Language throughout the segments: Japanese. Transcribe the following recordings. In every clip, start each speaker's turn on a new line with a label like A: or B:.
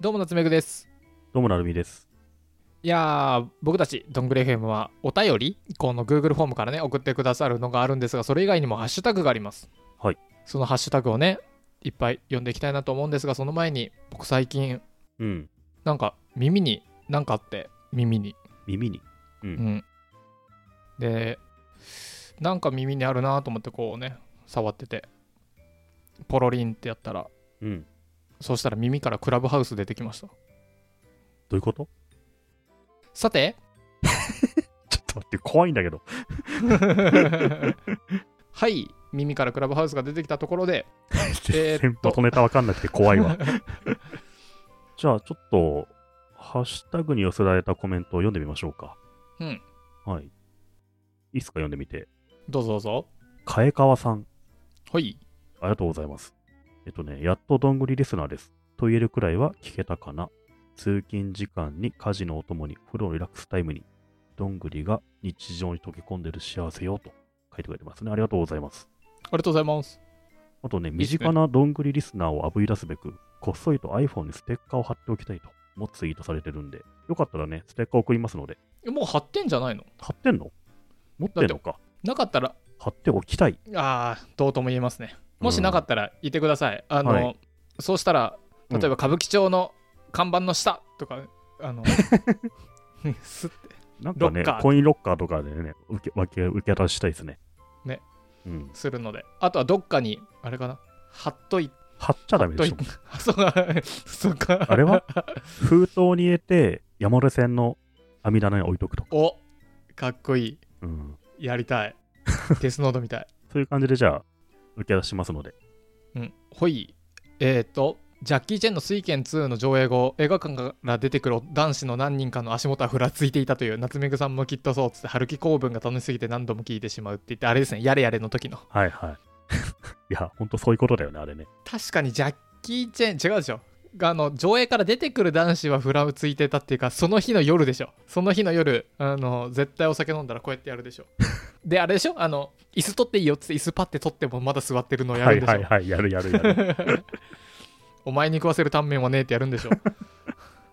A: どうも夏目くです
B: どうもなるみです。
A: いやー僕たちどんぐり FM はお便りこの Google フォームからね送ってくださるのがあるんですがそれ以外にもハッシュタグがあります
B: はい
A: そのハッシュタグをねいっぱい読んでいきたいなと思うんですがその前に僕最近
B: うん。
A: なんか耳になんかあって耳に
B: 耳に。
A: うんでなんか耳にあるなと思ってこうね触っててポロリンってやったら
B: うん。
A: そうしたら耳からクラブハウス出てきました
B: どういうこと
A: さて
B: ちょっと待って、怖いんだけど。
A: はい耳からクラブハウスが出てきたところでえーっ
B: 全然
A: と
B: まとめたわかんなくて怖いわ。 じゃあ、ちょっと、ハッシュタグに寄せられたコメントを読んでみましょうか。
A: うん。
B: はい。いいっすか、読んでみて。
A: どうぞどうぞ
B: かえかわさん、
A: はい
B: ありがとうございます。えっとね、やっとどんぐりリスナーです。と言えるくらいは聞けたかな。通勤時間に家事のお供に、風呂リラックスタイムに、どんぐりが日常に溶け込んでる幸せよと書いてくれてますね。ありがとうございます。
A: ありがとうございます
B: あとね、
A: いっ
B: 身
A: すね
B: 近などんぐりリスナーをあぶり出すべく、こっそりと iPhone にステッカーを貼っておきたいと、もツイートされてるんで、よかったらね、ステッカー送りますので、
A: えもう貼ってんじゃないの
B: 貼ってんの持ってんのか。
A: なかったら
B: 貼っておきたい。
A: ああどうとも言えますねもしなかったらいてください、あの、
B: はい
A: そうしたら例えば歌舞伎町の看板の下とか、あ のすって
B: なんか
A: ロッ
B: ね
A: カー、
B: コインロッカーとかでね、受け分け受け渡したいですね。
A: ね。
B: うん。
A: するのであとはどっかにあれかな貼っといて
B: 貼っちゃダメでしょ。
A: そうかそうか
B: あれは封筒に入れて、山手線の網棚に置いとくとか。
A: おかっこい
B: うん。
A: いやりた いデスノードみたい
B: そういう感じで、じゃあ、受け出しますので。
A: うん、ほい。えっ、と、ジャッキー・チェンの「水剣2」の上映後、映画館から出てくる男子の何人かの足元はふらついていたという、夏目ぐさんもきっとそうっつって、春樹公文が楽しすぎて何度も聞いてしまうって言って、あれですね、やれやれの時の。
B: はいはい。い や、ほんとそういうことだよね、あれね。
A: 確かにジャッキー・チェン、違うでしょ。があの上映から出てくる男子はふらついてたっていうかその日の夜でしょその日の夜あの絶対お酒飲んだらこうやってやるでしょ であれでしょあの椅子取っていいよっつって椅子パッて取ってもまだ座ってるのをや
B: は
A: る
B: い
A: でしょ、
B: はいはい、やるやるやる。
A: お前に食わせるタンメンはねえってやるんでしょ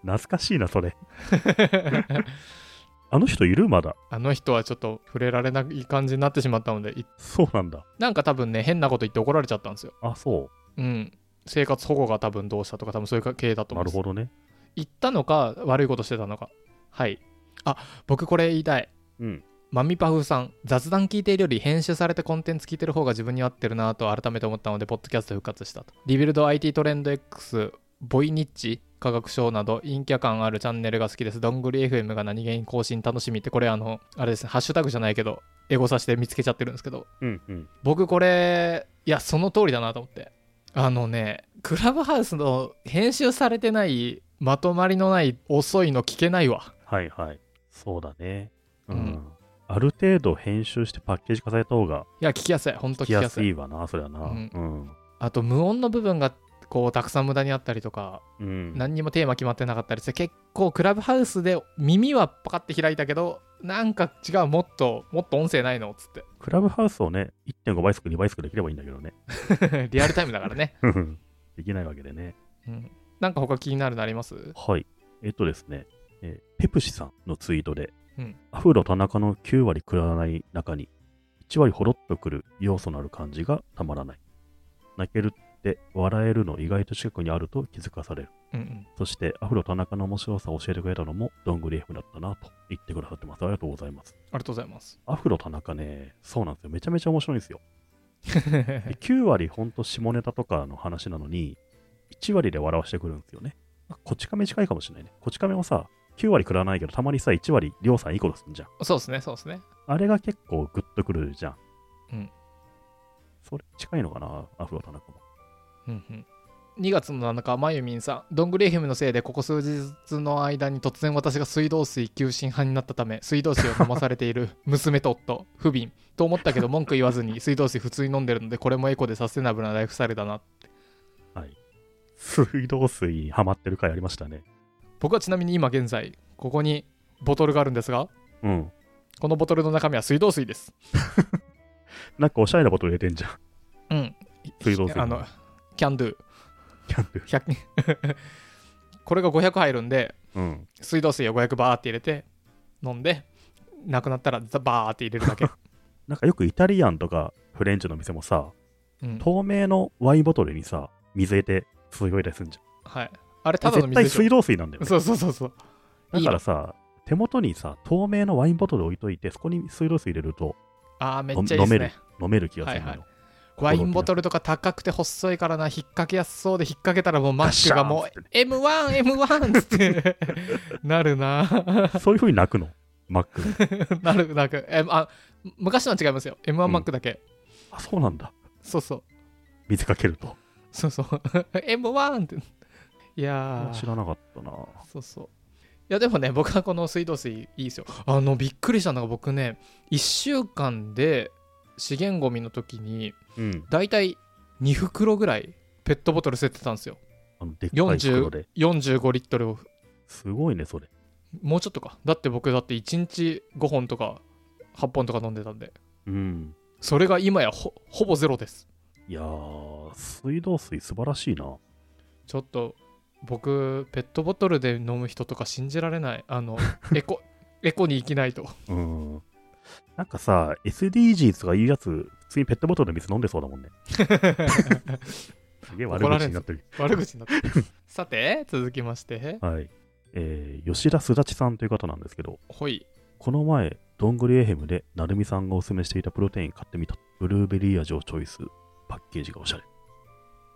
B: 懐かしいな、そ れ。あの人いるまだ。
A: あの人はちょっと触れられない感じになってしまったので、い
B: そうなんだ。
A: なんか多分ね、変なこと言って怒られちゃったんですよ。
B: あ、そ
A: うん。生活保護が多分どうしたとか、多分そういう系だ
B: う。
A: と思う
B: な
A: ん
B: る
A: です。
B: ほどね。
A: 言ったのか、悪いことしてたのか。はい。あ、僕これ言いたい。
B: うん。
A: マミパフさん、雑談聞いているより編集されたコンテンツ聞いてる方が自分に合ってるなぁと改めて思ったので、ポッドキャスト復活したと。リビルド IT トレンド X、ボイニッチ、科学賞など陰キャ感あるチャンネルが好きです。どんぐり FM が何気に更新楽しみって、これあの、あれですね、ハッシュタグじゃないけど、エゴさして見つけちゃってるんですけど、
B: うんうん。
A: 僕これ、いや、その通りだなと思って。あのね、クラブハウスの編集されてない、まとまりのない、遅いの聞けないわ。
B: はいはい。そうだね。うん。
A: うん
B: ある程度編集してパッケージ化された方が
A: いや、聞きやすい。ほんと聞
B: 聞き
A: きや
B: や
A: す
B: す
A: い。
B: いわな、そりゃな。
A: うん
B: うん。
A: あと無音の部分がこうたくさん無駄にあったりとか
B: うん。
A: 何にもテーマ決まってなかったりして結構クラブハウスで耳はパカッて開いたけどなんか違うもっともっと音声ないのっつっ
B: クラブハウスをね、1.5倍速、2倍速できればいいんだけどね。
A: て リアルタイムだからね、
B: できないわけでね。
A: うん、なんか他気になるのあります
B: はい。えっとですね、えーペプシさんのツイートで、
A: うん
B: アフロ田中の9割くらない中に、1割ほろっとくる要素のある感じがたまらない。泣けるって笑えるの意外と近くにあると気づかされる。
A: うんうん
B: そして、アフロ田中の面白さを教えてくれたのも、どんぐり F だったなと言ってくださってます。ありがとうございます。
A: ありがとうございます
B: アフロ田中ね、そうなんですよ。めちゃめちゃ面白いんですよ。で9割ほんと下ネタとかの話なのに、1割で笑わしてくるんですよね。あこち亀近いかもしれないね。こち亀もさ、9割食らわないけど、たまにさ、1割りょうさんいいことするじゃん。
A: そうですねそうですね
B: あれが結構グッとくるじゃん。
A: うん。
B: それ近いのかな、アフロ田中も。
A: うんうん2月の7日、まゆみんさん、どんぐり FM のせいで、ここ数日の間に突然私が水道水急進派になったため、水道水を飲まされている娘と夫、不憫と思ったけど、文句言わずに水道水普通に飲んでるので、これもエコでサステナブルなライフスタイルだな。
B: 水道水にハマってる回ありましたね。
A: 僕はちなみに今現在、ここにボトルがあるんですが、
B: うん。
A: このボトルの中身は水道水です。
B: なんかおしゃれなこと入れ てんじゃ
A: う
B: ん。
A: ん。
B: 水道水
A: あの、キャンドゥ。
B: キャンプ。
A: 100 これが500入るんで
B: うん。
A: 水道水を500バーって入れて飲んでなくなったらザバーって入れるだけ、
B: なんかよくイタリアンとかフレンチの店もさ、
A: うん
B: 透明のワインボトルにさ、水入れて注いでたりするんじゃん。
A: はい、あれただの
B: 絶
A: 水
B: 対
A: でし
B: 水
A: ょ
B: 道水なんだよね。
A: そうそうそうそう
B: だからさ、手元にさ、透明のワインボトル置いといて、そこに水道水入れると
A: ああめっ
B: の
A: ちゃいいで
B: 飲
A: す
B: め
A: ね
B: る飲める気がするのよ。
A: はいはワインボトルとか高くて細いからな、引っ掛けやすそうで引っ掛けたらもうマックがもう M1、M1 つ ってなるな。
B: そういう風に泣くの、マックが。
A: なる、なる。えあ昔のは違いますよ。M1 マックだけ。
B: あ、そうなんだ。
A: そうそう。
B: 水かけると。
A: そうそう。M1 って。いや
B: 知
A: ー、
B: らなかったな。
A: そうそう。いやでもね、僕はこの水道水いいですよ。あの、びっくりしたのが僕ね、1週間で資源ゴミの時に、
B: うん。
A: だいたい2袋ぐらいペットボトル捨ててたんですよ。
B: あのでっかい袋
A: 40
B: で。
A: 45リットルを
B: すごいね、それ。
A: もうちょっとかだって僕だって1日5本とか8本とか飲んでたんで
B: うん。
A: それが今やほほぼゼロです
B: いやー、水道水素晴らしいな。
A: ちょっと僕ペットボトルで飲む人とか信じられないあの エコエコに生きないと
B: うん。なんかさ、SDGs が言うやつ、普通にペットボトルの水飲んでそうだもん ね。すげえ悪
A: 怒られ
B: 口
A: る
B: になってる。
A: 悪口になって さて続きまして
B: はい。えー、吉田すだちさんという方なんですけど、
A: ほい
B: この前、どんぐりエヘムで、なるみさんがおすすめしていたプロテイン買ってみた。ブルーベリー味をチョイス。パッケージがおしゃれ。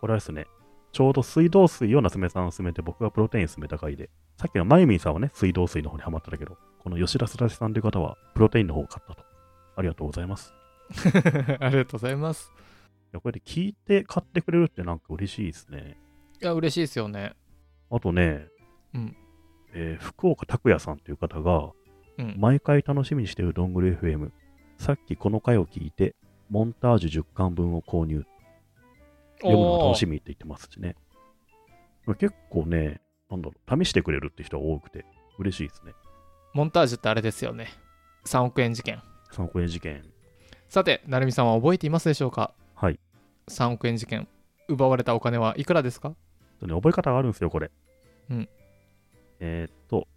B: これはですね、ちょうど水道水を夏目さんを勧めて、僕がプロテイン勧めた回で、さっきのまゆみんさんはね、水道水の方にハマったんだけど、この吉田すだちさんという方は、プロテインの方を買ったと。ありがとうございます。
A: ありがとうございます
B: いやこれで聞いて買ってくれるってなんか嬉しいですね。
A: いや嬉しいですよね
B: あとね、
A: うん
B: えー福岡拓也さんという方が、
A: うん
B: 毎回楽しみにしているどんぐり FM、さっきこの回を聞いて、モンタージュ10巻分を購入、読むのを楽しみって言ってますしね。これ結構ね、なんだろう、試してくれるって人が多くて、嬉しいですね。
A: モンタージュってあれですよね3億円事件
B: 3億円事件。
A: さて成美さんは覚えていますでしょうか
B: はい
A: 3億円事件奪われたお金はいくらですか
B: とね、覚え方があるんですよ、これ。
A: うん
B: えーっと、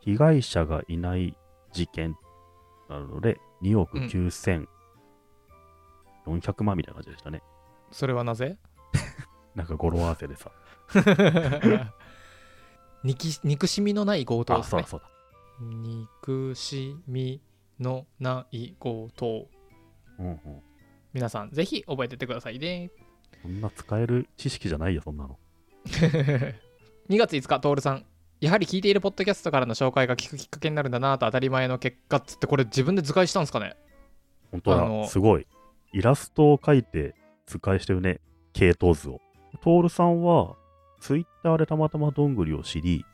B: 被害者がいない事件なので、2億9400万みたいな感じでしたね。
A: それはなぜ
B: なんか語呂合わせでさ。
A: にき憎しみのない強盗
B: あ、
A: です
B: そう
A: ね
B: だそうだ。
A: 憎しみのない強盗
B: うんうん。
A: 皆さんぜひ覚えててくださいね
B: そんな使える知識じゃないよ、そんなの。
A: 2月5日徹さんやはり聞いているポッドキャストからの紹介が聞くきっかけになるんだなと当たり前の結果っつってこれ自分で図解したんですかね
B: 本当
A: あの
B: だ、すごい。イラストを描いて図解してるね、系統図を。トールさんは、ツイッターでたまたまどんぐりを知り、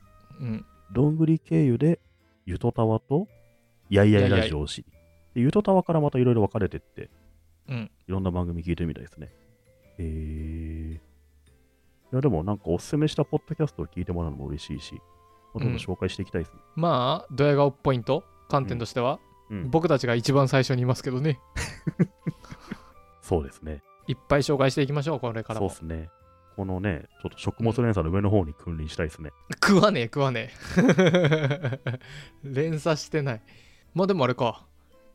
A: うん
B: どんぐり経由で、ゆとたわと、やいやいラジオを知り、でゆとたわからまたいろいろ分かれてって、
A: うん
B: いろんな番組聞いてるみたいですね。えー。いや、でもなんかおすすめしたポッドキャストを聞いてもらうのも嬉しいし、どんどん紹介していきたいですね。
A: まあドヤ顔ポイント観点としては、
B: うん
A: 僕たちが一番最初にいますけどね
B: そうですね。
A: いっぱい紹介していきましょうこれから
B: そ
A: も
B: うですね。このね、ちょっと食物連鎖の上の方に君臨したいですね。
A: 食わねえ食わねえ 連鎖してないまあでもあれか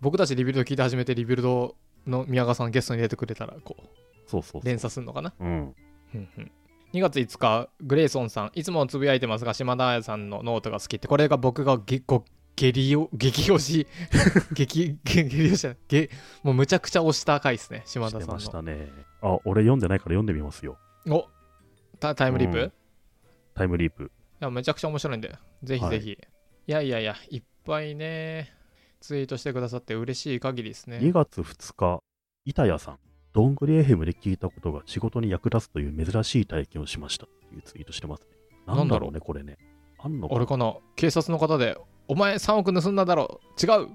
A: 僕たちリビルド聞いて始めてリビルドの宮川さんゲストに出てくれたらこう
B: そうそうそう
A: 連鎖するのかな
B: うん。
A: うんうん2月5日グレイソンさんいつもつぶやいてますが島田彩さんのノートが好きってこれが僕がげご下痢を激推し 激げ下痢推しじゃないげもうむちゃくちゃ推した回ですね島
B: し
A: 田
B: て
A: さん
B: ま
A: の
B: したね。あ、俺読んでないから読んでみますよ。
A: おタタイムリープ、
B: うんタイムリープ。
A: いや、めちゃくちゃ面白いんで、ぜひぜひ。い、やいやいや、いっぱいね、ツイートしてくださって嬉しい限りです
B: 2
A: ね。
B: 月2日、板谷さん。どんぐりエヘムで聞いたことが仕事に役立つという珍しい体験をしました。というツイートしてますね。なんだろうね、これね。あんのか
A: 俺かな、警察の方で、お前3億盗んだだろ、違う。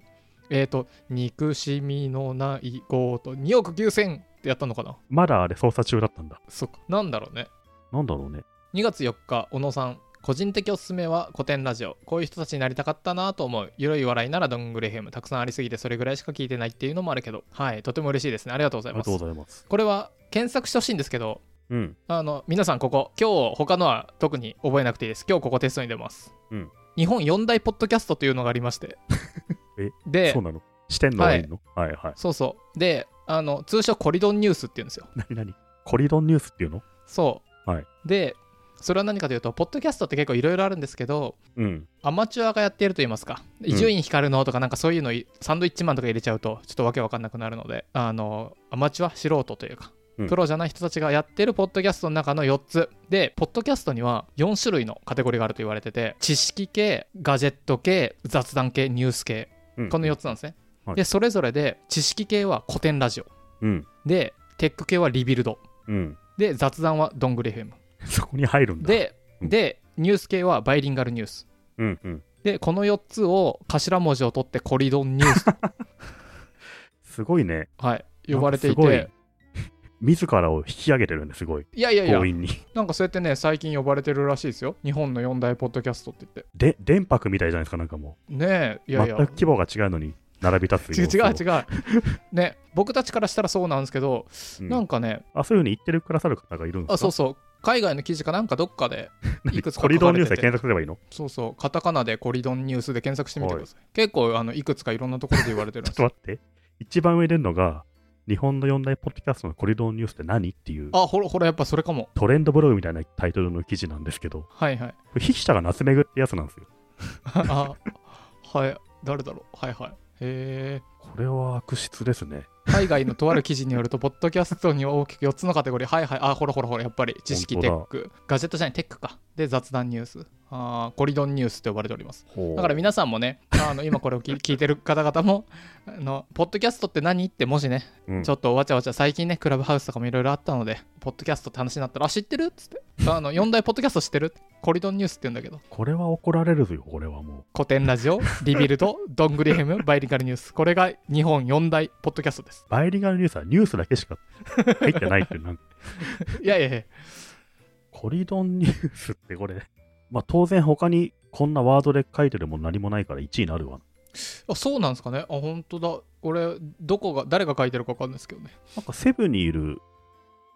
A: えっ、と、憎しみのない強盗、2億9000ってやったのかな。
B: まだあれ捜査中だったんだ。
A: そっか、なんだろうね。
B: なんだろうね。
A: 2月4日、小野さん。個人的おすすめは古典ラジオ。こういう人たちになりたかったなと思う。ゆるい笑いならどんぐりヘム。たくさんありすぎてそれぐらいしか聞いてないっていうのもあるけど。はい、とても嬉しいですね。ありがとうご
B: あ
A: ざい
B: りが
A: ます
B: とう。ございます。
A: これは検索してほしいんですけど
B: うん。
A: あの皆さんここ今日他のは特に覚えなくていいです今日ここテストに出ます、
B: うん
A: 日本四大ポッドキャストというのがありまして
B: え
A: で
B: そうなの四天王がいるの、はい、はいはい
A: そうそうであの通称コリドンニュースっていうんですよ
B: 何何コリドンニュースっていうの
A: そう、
B: はい
A: でそれは何かというとポッドキャストって結構いろいろあるんですけど
B: うん。
A: アマチュアがやっていると言いますか
B: ん
A: 伊集院光のとかなんかそういうのいサンドイッチマンとか入れちゃうとちょっとわけわかんなくなるのであのアマチュア素人というか
B: うん
A: プロじゃない人たちがやってるポッドキャストの中の4つでポッドキャストには4種類のカテゴリーがあると言われてて知識系ガジェット系雑談系ニュース系
B: うん
A: この4つなんですね、
B: はい
A: でそれぞれで知識系は古典ラジオ
B: うん。
A: でテック系はリビルド
B: うん。
A: で雑談はどんぐり FM
B: そこに入るんだ。、
A: で、
B: うん
A: で、ニュース系はバイリンガルニュース。
B: うんうん。
A: で、この4つを頭文字を取ってコリドンニュース と、
B: すごいね。
A: はい、呼ばれてい
B: なんか
A: て、
B: 自らを引き上げてるんですごい。
A: いやいやいや
B: 強、引に。
A: なんかそうやってね、最近呼ばれてるらしいですよ。日本の4大ポッドキャストって言って。
B: で、電白みたいじゃないですか、なんかも。
A: ねえ、いうやい
B: 全
A: や。
B: く規模が違うのに並び立つ
A: 違う
B: 様子を
A: 違う違うね僕たちからしたらそうなんですけど、
B: うん
A: なんかね
B: あ、そういうふうに言ってるくださる方がいるんですか
A: あそうそう海外の記事かなんかどっかでいくつか
B: コリ
A: 書
B: ド
A: か
B: ンニ
A: れ
B: ュースで
A: て
B: 検
A: て
B: 索すればいいの
A: そうそうカタカナでコリドンニュースで検索してみてください結構あのいくつかいろんなところで言われてるん
B: ち
A: で
B: ょっ
A: す
B: と
A: よ
B: 待って。一番上出るのが、日本の四大ポッドキャストのコリドンニュースって何っていう
A: あほらほらやっぱそれかも
B: トレンドブログみたいなタイトルの記事なんですけど、こ
A: はいはい
B: れ筆者が夏目ぐってやつなんですよ。
A: あ はい誰だろうはいはいへえ
B: これは悪質ですね。
A: 海外のとある記事によると、ポッドキャストには大きく4つのカテゴリー、はいはい、あ、ほらほらほら、やっぱり知識
B: 本
A: テ
B: 当だ
A: ック、ガジェットじゃない、テックか、で雑談ニュース、あーコリドンニュースと呼ばれております。だから皆さんもね、あの今これを聞聞いて る方々もあの、ポッドキャストって何って、もしね、
B: うん
A: ちょっとわちゃわちゃ、最近ね、クラブハウスとかもいろいろあったので、ポッドキャストって話になったら、あ、知ってるっつって、あの4大ポッドキャスト知ってるコリドンニュースって言うんだけど、
B: これは怒られるぞよ、これはも
A: 古典ラジオ、リビルド、ドングリヘム、バイリカルニュース。これが日本4大ポッドキャストです
B: う。。バイリンガルニュースはニュースだけしか入ってないっていう、なんか、
A: いやいやいや、
B: コリドンニュースってこれ、 まあ当然他にこんなワードで書いてるもん何もないから1位になるわ。
A: あそうなんですかね。あ、本当だ。これ、どこが、誰が書いてるか分かんないですけどね。
B: なんかセブンにいる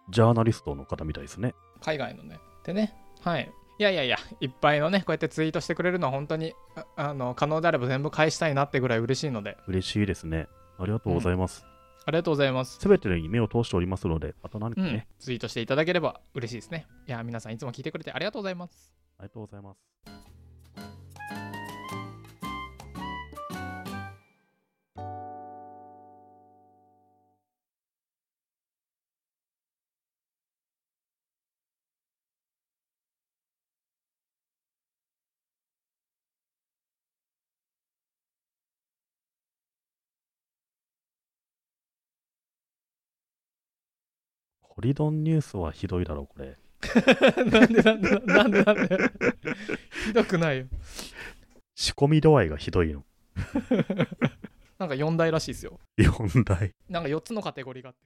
B: ジャーナリストの方みたいですね。
A: 海外のね。でね、はい。いやいやいや、いっぱいのね、こうやってツイートしてくれるのは本当に、ああの、可能であれば全部返したいなってぐらい嬉しいので、
B: 嬉しいですね。ありがとうございます。
A: ありがとうございます。
B: すべ、てに目を通しておりますので、また何か
A: う
B: ね、
A: ん、ツイートしていただければ嬉しいですね。いや、皆さんいつも聞いてくれてありがとうございます。
B: ありがとうございます。コリドンニュースはひどいだろう、これ。
A: なんでなんでなんでなんでひどくないよ。
B: 仕込み度合いがひどいの。
A: なんか4大らしいですよ。
B: 4大。
A: なんか4つのカテゴリーがあって。